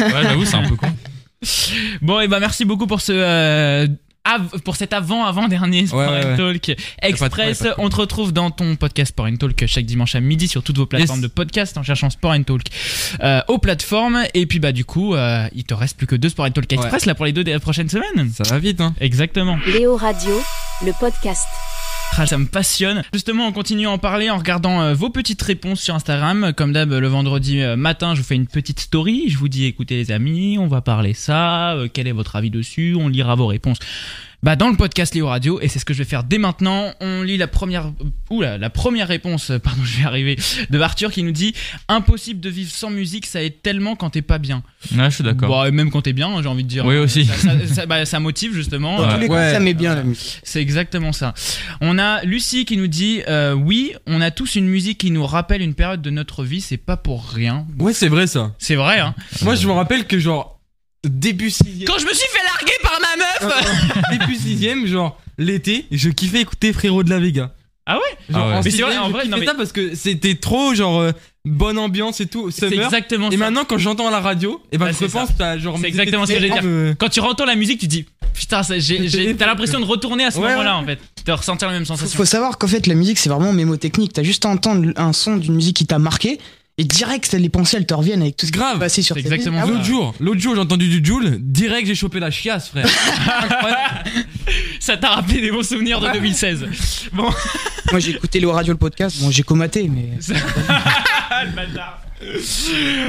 [SPEAKER 5] Ouais, j'avoue, c'est
[SPEAKER 2] hein.
[SPEAKER 5] un peu con.
[SPEAKER 2] Bon, et ben merci beaucoup pour ce. euh, av- pour cet avant-avant-dernier Sport
[SPEAKER 3] Ouais, ouais,
[SPEAKER 2] and
[SPEAKER 3] ouais.
[SPEAKER 2] Talk Express,
[SPEAKER 3] pas de problème.
[SPEAKER 2] on te retrouve dans ton podcast Sport and Talk chaque dimanche à midi sur toutes vos plateformes
[SPEAKER 3] Yes.
[SPEAKER 2] de podcast en cherchant Sport and Talk euh, aux plateformes. Et puis bah du coup, euh, il te reste plus que deux Sport and Talk Express là pour les deux des- prochaines semaines.
[SPEAKER 3] Ça va vite, hein.
[SPEAKER 2] Exactement.
[SPEAKER 1] Léo Radio, le podcast.
[SPEAKER 2] Ah, Ça me passionne. Justement, on continue à en parler en regardant euh, vos petites réponses sur Instagram. Comme d'hab, le vendredi euh, matin, je vous fais une petite story. Je vous dis, écoutez les amis, on va parler ça. euh, quel est votre avis dessus On lira vos réponses. Bah, dans le podcast Léo Radio, et c'est ce que je vais faire dès maintenant, on lit la première, oula, la première réponse, euh, pardon, je vais y arriver, de Arthur qui nous dit Impossible de vivre sans musique, ça aide tellement quand t'es pas bien.
[SPEAKER 5] Ouais, je suis d'accord.
[SPEAKER 2] Bah, même quand t'es bien, j'ai envie de dire. Euh,
[SPEAKER 5] Oui, aussi.
[SPEAKER 2] Ça, ça- ça- bah, ça motive justement.
[SPEAKER 4] Dans
[SPEAKER 5] Ouais.
[SPEAKER 4] tous les cas, ça met bien la musique.
[SPEAKER 2] C'est exactement ça. On a Lucie qui nous dit euh, Oui, on a tous une musique qui nous rappelle une période de notre vie, c'est pas pour rien.
[SPEAKER 3] Ouais, c'est vrai ça.
[SPEAKER 2] C'est vrai, hein.
[SPEAKER 3] Moi, je me rappelle que genre début sixième,
[SPEAKER 2] Quand je me suis fait larguer par ma meuf
[SPEAKER 3] début sixième, genre l'été, je kiffais écouter Frérot de la Vega.
[SPEAKER 2] Ah ouais
[SPEAKER 3] Genre,
[SPEAKER 5] Ah ouais.
[SPEAKER 3] en
[SPEAKER 2] Mais c'est
[SPEAKER 3] sixième,
[SPEAKER 2] vrai, en
[SPEAKER 3] je
[SPEAKER 2] vrai,
[SPEAKER 3] kiffais
[SPEAKER 2] non, mais-
[SPEAKER 3] ça parce que c'était trop genre euh, bonne ambiance et tout,
[SPEAKER 2] C'est
[SPEAKER 3] summer.
[SPEAKER 2] exactement
[SPEAKER 3] Et
[SPEAKER 2] ça.
[SPEAKER 3] maintenant, quand j'entends à la radio, et ben
[SPEAKER 2] Ah,
[SPEAKER 3] je
[SPEAKER 2] c'est
[SPEAKER 3] repense à genre.
[SPEAKER 2] C'est
[SPEAKER 3] mes
[SPEAKER 2] exactement ce que
[SPEAKER 3] étés
[SPEAKER 2] j'allais dire.
[SPEAKER 3] euh,
[SPEAKER 2] Quand tu entends la musique, tu dis Putain, ça- j'ai- j'ai- t'as l'impression de retourner à ce
[SPEAKER 3] Ouais,
[SPEAKER 2] moment-là en fait. De ressentir la même
[SPEAKER 4] Faut,
[SPEAKER 2] sensation.
[SPEAKER 4] faut savoir qu'en fait, la musique, c'est vraiment mémotechnique. T'as juste à entendre un son d'une musique qui t'a marqué, et direct, les pensées, elles te reviennent avec tout ce qui
[SPEAKER 3] Grave.
[SPEAKER 4] s'est passé sur Ah
[SPEAKER 2] C'est
[SPEAKER 4] cette
[SPEAKER 2] exactement
[SPEAKER 4] musique.
[SPEAKER 2] ça.
[SPEAKER 3] L'autre jour, l'autre jour, j'ai entendu du Joule. Direct, j'ai chopé la chiasse, frère.
[SPEAKER 2] Ça t'a rappelé des bons souvenirs de 2016.
[SPEAKER 4] Ah ouais. Moi, j'ai écouté le radio, le podcast. Bon, j'ai comaté, mais.
[SPEAKER 2] Ah, le bâtard.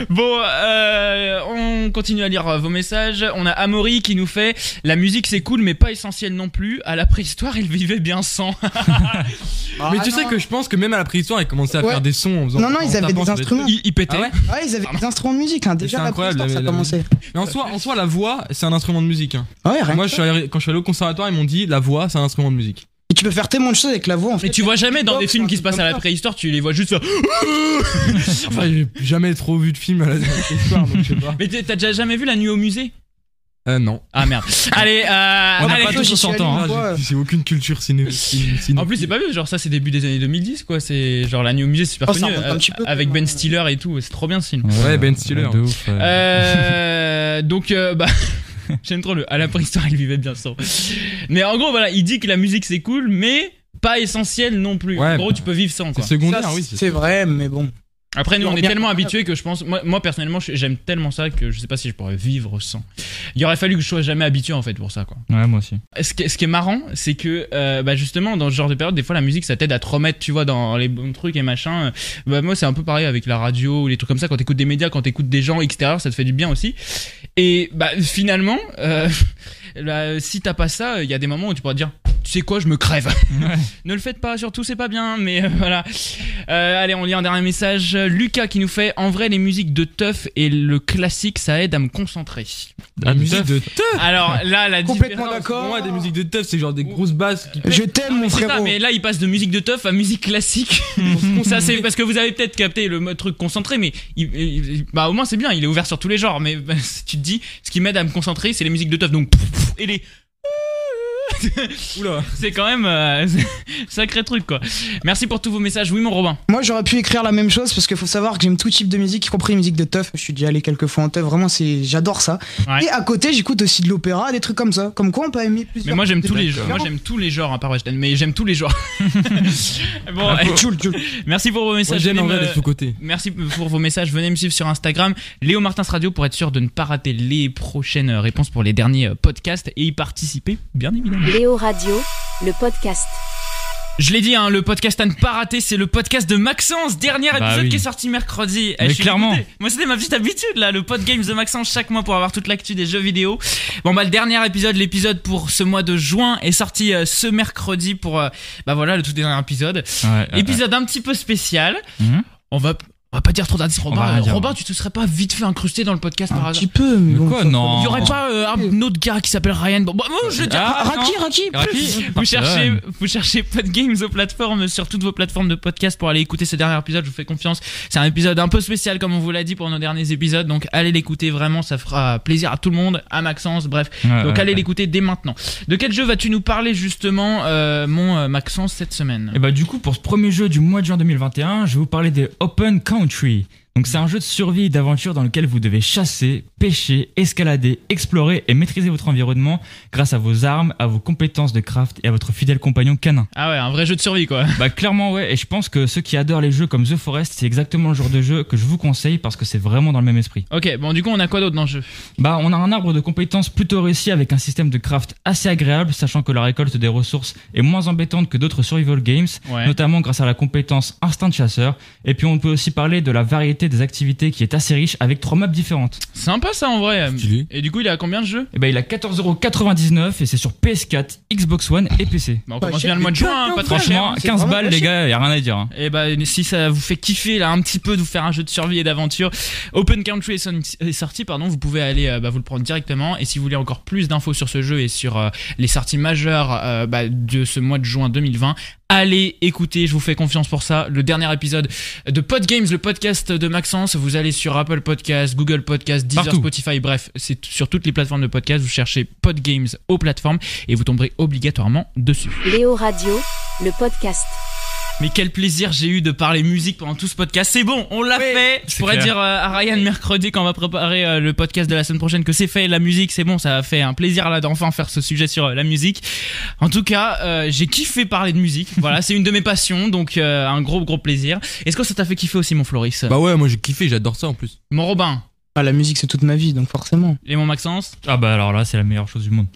[SPEAKER 2] Bon, euh, on continue à lire euh, vos messages. On a Amaury qui nous fait La musique c'est cool, mais pas essentielle non plus. À la préhistoire, il vivait bien sans.
[SPEAKER 3] Mais
[SPEAKER 4] Ah
[SPEAKER 3] tu
[SPEAKER 4] non.
[SPEAKER 3] sais que je pense que même à la préhistoire, ils commençaient à
[SPEAKER 4] Ouais.
[SPEAKER 3] faire des sons en faisant.
[SPEAKER 4] Non, non,
[SPEAKER 3] en
[SPEAKER 4] ils avaient
[SPEAKER 3] tapant sur
[SPEAKER 4] des
[SPEAKER 3] trucs.
[SPEAKER 4] instruments.
[SPEAKER 2] Il, il pétait.
[SPEAKER 3] Ah ouais
[SPEAKER 4] Ouais, ils avaient des instruments de musique, hein. déjà la
[SPEAKER 3] incroyable,
[SPEAKER 4] préhistoire,
[SPEAKER 3] la-
[SPEAKER 4] ça
[SPEAKER 3] la-
[SPEAKER 4] commençait.
[SPEAKER 3] Mais en soi, en soi, la voix, c'est un instrument de musique. hein.
[SPEAKER 4] Ouais, rien.
[SPEAKER 3] Moi,
[SPEAKER 4] que
[SPEAKER 3] je
[SPEAKER 4] ça.
[SPEAKER 3] suis allé- quand je suis allé au conservatoire, ils m'ont dit la voix, c'est un instrument de musique.
[SPEAKER 4] Et tu peux faire tellement de choses avec la voix, en fait.
[SPEAKER 2] Mais tu vois jamais dans des films qui se passent à la préhistoire, tu les vois juste faire.
[SPEAKER 3] Enfin, j'ai jamais trop vu de film à la préhistoire, donc je sais pas.
[SPEAKER 2] Mais t'es- t'as déjà jamais vu la nuit au musée
[SPEAKER 3] Euh, non.
[SPEAKER 2] Ah merde. Allez, euh,
[SPEAKER 5] On n'a
[SPEAKER 2] allez.
[SPEAKER 5] pas
[SPEAKER 4] toi,
[SPEAKER 5] tous
[SPEAKER 4] j'y suis
[SPEAKER 5] 100 ans.
[SPEAKER 4] allé.
[SPEAKER 5] hein.
[SPEAKER 3] Ah, j'ai-
[SPEAKER 4] Ouais.
[SPEAKER 3] J'ai aucune culture ciné. ciné- ciné-
[SPEAKER 2] En plus, c'est pas vieux, genre ça, c'est début des années 2010, quoi. C'est genre la nuit au musée, c'est super
[SPEAKER 4] Oh, ça
[SPEAKER 2] connu.
[SPEAKER 4] remonte un
[SPEAKER 2] euh,
[SPEAKER 4] petit peu,
[SPEAKER 2] avec
[SPEAKER 4] quand
[SPEAKER 2] Ben
[SPEAKER 4] même.
[SPEAKER 2] Stiller et tout, c'est trop bien ce film.
[SPEAKER 3] Ouais,
[SPEAKER 2] bah,
[SPEAKER 3] Ben
[SPEAKER 2] hein.
[SPEAKER 3] Stiller.
[SPEAKER 5] ouais, bah, de ouf, ouais.
[SPEAKER 2] Euh, donc, euh, bah. J'aime trop le. À la préhistoire, il vivait bien sans. Mais en gros, voilà, il dit que la musique c'est cool, mais pas essentielle non plus.
[SPEAKER 3] Ouais,
[SPEAKER 2] en gros,
[SPEAKER 3] bah,
[SPEAKER 2] tu peux vivre sans,
[SPEAKER 3] C'est
[SPEAKER 2] quoi.
[SPEAKER 3] secondaire,
[SPEAKER 4] Ça,
[SPEAKER 3] oui. c'est-
[SPEAKER 4] C'est vrai, mais bon.
[SPEAKER 2] Après, nous, on est
[SPEAKER 4] Bien.
[SPEAKER 2] tellement habitués que je pense. Moi, moi, personnellement, je- j'aime tellement ça que je sais pas si je pourrais vivre sans. Il aurait fallu que je sois jamais habitué, en fait, pour ça, quoi.
[SPEAKER 5] Ouais, moi aussi.
[SPEAKER 2] Ce qui, ce qui est marrant, c'est que, euh, bah, justement, dans ce genre de période, des fois, la musique, ça t'aide à te remettre, tu vois, dans les bons trucs et machin. Euh, Bah, moi, c'est un peu pareil avec la radio ou les trucs comme ça. Quand t'écoutes des médias, quand t'écoutes des gens extérieurs, ça te fait du bien aussi. Et, bah, finalement, euh, là, si t'as pas ça, il y a des moments où tu pourras te dire, tu sais quoi, je me crève. ne le faites pas, surtout, c'est pas bien, mais euh, voilà. Euh, allez, on lit un dernier message. Lucas qui nous fait, en vrai, les musiques de teuf et le classique, ça aide à me concentrer.
[SPEAKER 5] Ah,
[SPEAKER 3] La musique de teuf.
[SPEAKER 2] Alors, là, la
[SPEAKER 4] Complètement
[SPEAKER 2] différence-
[SPEAKER 4] d'accord.
[SPEAKER 3] Moi, des musiques de teuf, c'est genre des grosses basses qui.
[SPEAKER 4] Je t'aime, mon
[SPEAKER 2] Mais c'est ça,
[SPEAKER 4] frérot.
[SPEAKER 2] mais là il passe de musique de teuf à musique classique. ça c'est parce que vous avez peut-être capté le mode truc concentré, mais il- il- il- bah au moins c'est bien, il est ouvert sur tous les genres. Mais bah, si tu te dis, ce qui m'aide à me concentrer, c'est les musiques de teuf. Donc pff, pff, et les,
[SPEAKER 3] Oula.
[SPEAKER 2] c'est quand même euh, sacré truc quoi. Merci pour tous vos messages, oui mon Robin.
[SPEAKER 4] Moi, j'aurais pu écrire la même chose parce qu'il faut savoir que j'aime tout type de musique, y compris les musiques de teuf. Je suis déjà allé quelques fois en teuf. Vraiment, c'est j'adore ça.
[SPEAKER 2] Ouais.
[SPEAKER 4] Et à côté, j'écoute aussi de l'opéra, des trucs comme ça. Comme quoi, on peut aimer plusieurs.
[SPEAKER 2] Mais moi j'aime tous les genres,
[SPEAKER 4] D'accord.
[SPEAKER 2] moi j'aime tous les genres à part Weshden, mais j'aime tous les genres. bon, eh,
[SPEAKER 4] Tchoul, tchoul.
[SPEAKER 2] merci pour vos
[SPEAKER 3] Moi,
[SPEAKER 2] messages.
[SPEAKER 3] j'aime
[SPEAKER 2] venez
[SPEAKER 3] en vrai
[SPEAKER 2] me-
[SPEAKER 3] les sous-côtés.
[SPEAKER 2] Merci pour vos messages. Venez me suivre sur Instagram, Léo Martins Radio, pour être sûr de ne pas rater les prochaines réponses pour les derniers euh, podcasts et y participer, bien évidemment.
[SPEAKER 1] Léo Radio, le podcast.
[SPEAKER 2] Je l'ai dit, hein, le podcast à ne pas rater, c'est le podcast de Maxence, dernier épisode
[SPEAKER 5] Bah oui.
[SPEAKER 2] qui est sorti mercredi. Eh,
[SPEAKER 5] Mais
[SPEAKER 2] je suis
[SPEAKER 5] clairement.
[SPEAKER 2] dégoûté. Moi, c'était ma petite habitude, là, le pod games de Maxence chaque mois pour avoir toute l'actu des jeux vidéo. Bon, bah, le dernier épisode, l'épisode pour ce mois de juin, est sorti euh, ce mercredi pour, euh, bah voilà, le tout dernier épisode.
[SPEAKER 5] Ouais, ouais,
[SPEAKER 2] Épisode un petit peu spécial.
[SPEAKER 5] ouais. Mhm.
[SPEAKER 2] On va, On va pas dire trop d'indices,
[SPEAKER 5] va
[SPEAKER 2] Robin.
[SPEAKER 5] rien dire.
[SPEAKER 2] Robin, tu te serais pas vite fait incrusté dans le podcast par
[SPEAKER 4] Un
[SPEAKER 2] hasard
[SPEAKER 4] petit peu, mais
[SPEAKER 5] Mais
[SPEAKER 4] bon.
[SPEAKER 5] quoi,
[SPEAKER 4] ça-
[SPEAKER 5] non
[SPEAKER 2] Il y aurait pas euh, un autre gars qui s'appelle Ryan. Bon, bon, moi, je le dis.
[SPEAKER 5] Ah,
[SPEAKER 4] Raki, Raki
[SPEAKER 5] Raki
[SPEAKER 2] Vous cherchez,
[SPEAKER 5] Personne.
[SPEAKER 2] vous cherchez Pod Games aux plateformes, sur toutes vos plateformes de podcast pour aller écouter ce dernier épisode. Je vous fais confiance. C'est un épisode un peu spécial, comme on vous l'a dit pour nos derniers épisodes. Donc allez l'écouter vraiment, ça fera plaisir à tout le monde, à Maxence, bref.
[SPEAKER 5] Ouais,
[SPEAKER 2] Donc
[SPEAKER 5] ouais,
[SPEAKER 2] allez
[SPEAKER 5] ouais.
[SPEAKER 2] l'écouter dès maintenant. De quel jeu vas-tu nous parler justement, euh, mon euh, Maxence, cette semaine
[SPEAKER 5] Et bah du coup, pour ce premier jeu du mois de juin 2021, je vais vous parler des Open Country. Donc c'est un jeu de survie et d'aventure dans lequel vous devez chasser, pêcher, escalader, explorer et maîtriser votre environnement grâce à vos armes, à vos compétences de craft et à votre fidèle compagnon canin.
[SPEAKER 2] Ah ouais, un vrai jeu de survie quoi.
[SPEAKER 5] Bah clairement ouais, et je pense que ceux qui adorent les jeux comme The Forest, c'est exactement le genre de jeu que je vous conseille parce que c'est vraiment dans le même esprit.
[SPEAKER 2] Ok, bon du coup on a quoi d'autre dans le jeu
[SPEAKER 5] Bah, on a un arbre de compétences plutôt réussi avec un système de craft assez agréable, sachant que la récolte des ressources est moins embêtante que d'autres survival games,
[SPEAKER 2] Ouais.
[SPEAKER 5] notamment grâce à la compétence instinct de chasseur. Et puis, on peut aussi parler de la variété des activités qui est assez riche avec trois maps différentes.
[SPEAKER 2] Sympa ça en vrai.
[SPEAKER 3] Stylé.
[SPEAKER 2] Et du coup il est à combien de jeux
[SPEAKER 5] Et bah, il a 14,99€ et c'est sur PS4, Xbox One et PC.
[SPEAKER 2] bah, On
[SPEAKER 4] Pas
[SPEAKER 2] commence
[SPEAKER 4] cher
[SPEAKER 2] bien le mois de
[SPEAKER 4] du tout,
[SPEAKER 2] juin, hein,
[SPEAKER 4] hein,
[SPEAKER 2] pas trop cher.
[SPEAKER 5] Franchement,
[SPEAKER 4] c'est
[SPEAKER 5] 15
[SPEAKER 4] vraiment
[SPEAKER 5] balles,
[SPEAKER 4] pas
[SPEAKER 5] les
[SPEAKER 4] cher.
[SPEAKER 5] gars, y a rien à dire. hein.
[SPEAKER 2] Et bah si ça vous fait kiffer là un petit peu de vous faire un jeu de survie et d'aventure, Open Country est, son- est sorti pardon, vous pouvez aller euh, bah, vous le prendre directement et si vous voulez encore plus d'infos sur ce jeu et sur euh, les sorties majeures euh, bah, de ce mois de juin 2020, allez écouter, je vous fais confiance pour ça, le dernier épisode de Pod Games, le podcast de Maxence, vous allez sur Apple Podcast, Google Podcast, Deezer,
[SPEAKER 5] Partout.
[SPEAKER 2] Spotify, bref, c'est t- sur toutes les plateformes de podcast, vous cherchez Pod Games aux plateformes et vous tomberez obligatoirement dessus.
[SPEAKER 1] Léo Radio, le podcast.
[SPEAKER 2] Mais quel plaisir j'ai eu de parler musique pendant tout ce podcast. C'est bon, on l'a fait. Je
[SPEAKER 5] c'est
[SPEAKER 2] pourrais
[SPEAKER 5] clair.
[SPEAKER 2] dire euh, à Ryan mercredi quand on va préparer euh, le podcast de la semaine prochaine que c'est fait. La musique, c'est bon, ça a fait un plaisir là d'enfin faire ce sujet sur euh, la musique. En tout cas, euh, j'ai kiffé parler de musique. Voilà, c'est une de mes passions, donc euh, un gros gros plaisir. Est-ce que ça t'a fait kiffer aussi mon Floris,
[SPEAKER 3] Bah ouais, moi j'ai kiffé, j'adore ça en plus.
[SPEAKER 2] mon Robin
[SPEAKER 4] Ah, la musique, c'est toute ma vie, donc forcément.
[SPEAKER 2] et mon Maxence
[SPEAKER 5] Ah bah alors là, c'est la meilleure chose du monde.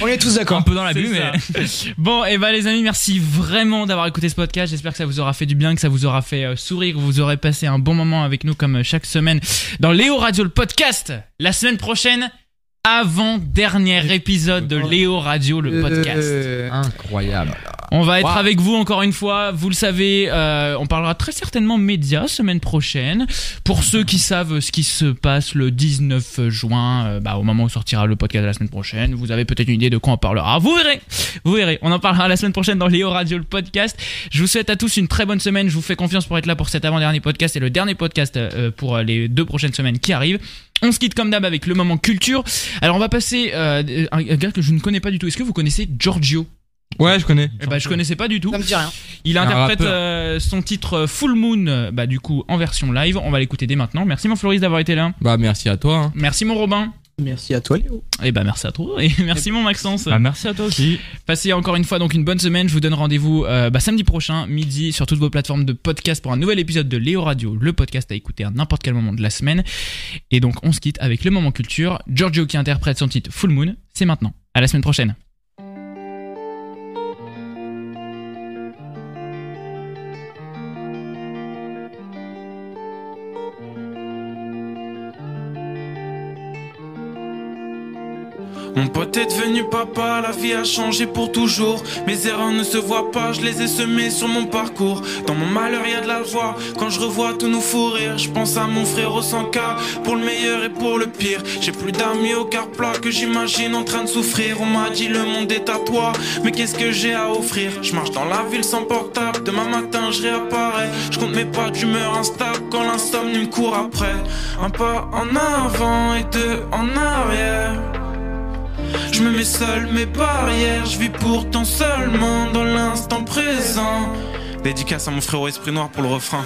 [SPEAKER 4] On est tous d'accord.
[SPEAKER 5] Un peu dans la
[SPEAKER 2] C'est
[SPEAKER 5] bulle, mais.
[SPEAKER 2] ça. Bon, et bah les amis, merci vraiment d'avoir écouté ce podcast. J'espère que ça vous aura fait du bien, que ça vous aura fait euh, sourire, que vous aurez passé un bon moment avec nous comme euh, chaque semaine dans Léo Radio le podcast. La semaine prochaine, avant dernier épisode de Léo Radio le podcast.
[SPEAKER 4] Euh,
[SPEAKER 3] Incroyable.
[SPEAKER 2] On va être
[SPEAKER 3] Wow.
[SPEAKER 2] avec vous encore une fois. Vous le savez, euh, on parlera très certainement médias semaine prochaine. Pour ceux qui savent ce qui se passe le 19 juin, euh, bah, au moment où sortira le podcast de la semaine prochaine, vous avez peut-être une idée de quoi on parlera. Vous verrez, vous verrez. On en parlera la semaine prochaine dans Léo Radio le podcast. Je vous souhaite à tous une très bonne semaine. Je vous fais confiance pour être là pour cet avant-dernier podcast et le dernier podcast euh, pour euh, les deux prochaines semaines qui arrivent. On se quitte comme d'hab avec le moment culture. Alors on va passer euh, un un gars que je ne connais pas du tout. Est-ce que vous connaissez Giorgio
[SPEAKER 3] Ouais, je connais.
[SPEAKER 2] Eh ben je connaissais pas du tout.
[SPEAKER 4] Ça me dit rien.
[SPEAKER 2] Il
[SPEAKER 3] Un
[SPEAKER 2] interprète
[SPEAKER 3] rappeur.
[SPEAKER 2] euh, son titre euh, Full Moon, euh, bah, du coup, en version live. On va l'écouter dès maintenant. Merci, mon Floris, d'avoir été là.
[SPEAKER 3] Bah merci à toi. hein.
[SPEAKER 2] Merci, mon Robin.
[SPEAKER 4] Merci à toi, Léo.
[SPEAKER 2] Et bah, merci à toi. Et merci, mon Maxence.
[SPEAKER 3] Ah.
[SPEAKER 5] Bah, merci à toi aussi.
[SPEAKER 2] Passez encore une fois donc une bonne semaine. Je vous donne rendez-vous euh, bah, samedi prochain, midi, sur toutes vos plateformes de podcast pour un nouvel épisode de Léo Radio, le podcast à écouter à n'importe quel moment de la semaine. Et donc, on se quitte avec le moment culture. Giorgio qui interprète son titre Full Moon. C'est maintenant. À la semaine prochaine.
[SPEAKER 7] Mon pote est devenu papa, la vie a changé pour toujours. Mes erreurs ne se voient pas, je les ai semées sur mon parcours. Dans mon malheur, y a de la joie. Quand je revois tous nos fous rires, je pense à mon frère au 100K, pour le meilleur et pour le pire. J'ai plus d'amis au car plat que j'imagine en train de souffrir. On m'a dit le monde est à toi, mais qu'est-ce que j'ai à offrir Je marche dans la ville sans portable, demain matin je réapparais. Je compte mes pas d'humeur instable quand l'insomnie me court après. Un pas en avant et deux en arrière. Je me mets seul mes barrières, je vis pourtant seulement dans l'instant présent. Dédicace à mon frérot Esprit Noir pour le refrain.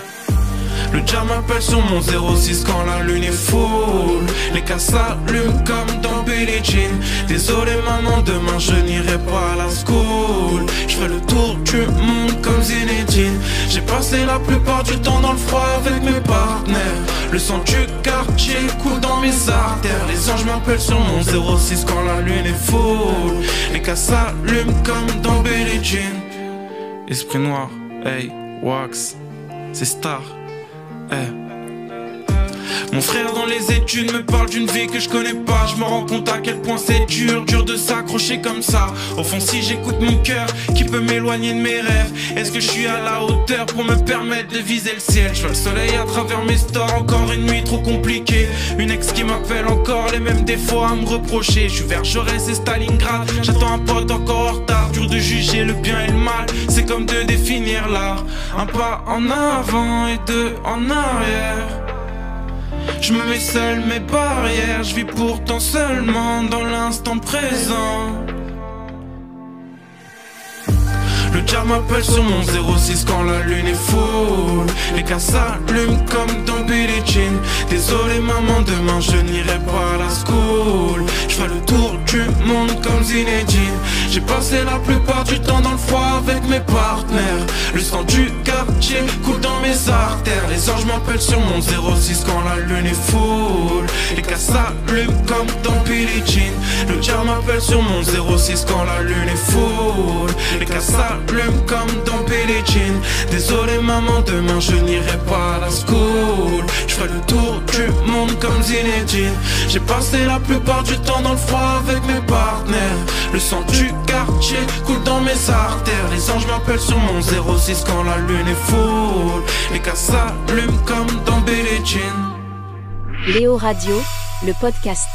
[SPEAKER 7] Le jam m'appelle sur mon 06 quand la lune est full. Les cas s'allument comme dans Billie Jean. Désolé maman, demain je n'irai pas à la school. Je fais le tour du monde comme Zinedine. J'ai passé la plupart du temps dans le froid avec mes partenaires. Le sang du quartier coule dans mes artères. Les anges m'appellent sur mon 06 quand la lune est full. Les cas s'allument comme dans Billie Jean. Esprit noir, hey, wax, c'est star. Eh. Mon frère dans les études me parle d'une vie que je connais pas. Je me rends compte à quel point c'est dur, dur de s'accrocher comme ça. Au fond, si j'écoute mon cœur, qui peut m'éloigner de mes rêves Est-ce que je suis à la hauteur pour me permettre de viser le ciel Je vois le soleil à travers mes stores, encore une nuit trop compliquée. Une ex qui m'appelle encore, les mêmes défauts à me reprocher. Je suis vers Jaurès et Stalingrad, j'attends un pote encore en retard. Dur de juger le bien et le mal, c'est comme de définir l'art. Un pas en avant et deux en arrière. Je me mets seul mes barrières, je vis pourtant seulement dans l'instant présent. Le diable m'appelle sur mon 06 quand la lune est full Les gars s'allument comme dans Billie Jean Désolé maman, demain je n'irai pas à la school Je ferai le tour du monde comme Zinedine J'ai passé la plupart du temps dans le froid avec mes partenaires Le sang du quartier coule dans mes artères Les anges m'appellent sur mon 06 quand la lune est full Les gars s'allument comme dans Billie Jean Le diable m'appelle sur mon 06 quand la lune est full Les gars s'allume comme dans Billie Jean Désolé maman, demain je n'irai pas à la school Je ferai le tour du monde comme Zinedine J'ai passé la plupart du temps dans le froid avec mes partenaires Le sang du quartier coule dans mes artères Les anges m'appellent sur mon 06 quand la lune est full Les gars s'allument comme dans Billie Jean
[SPEAKER 1] Léo Radio, le podcast.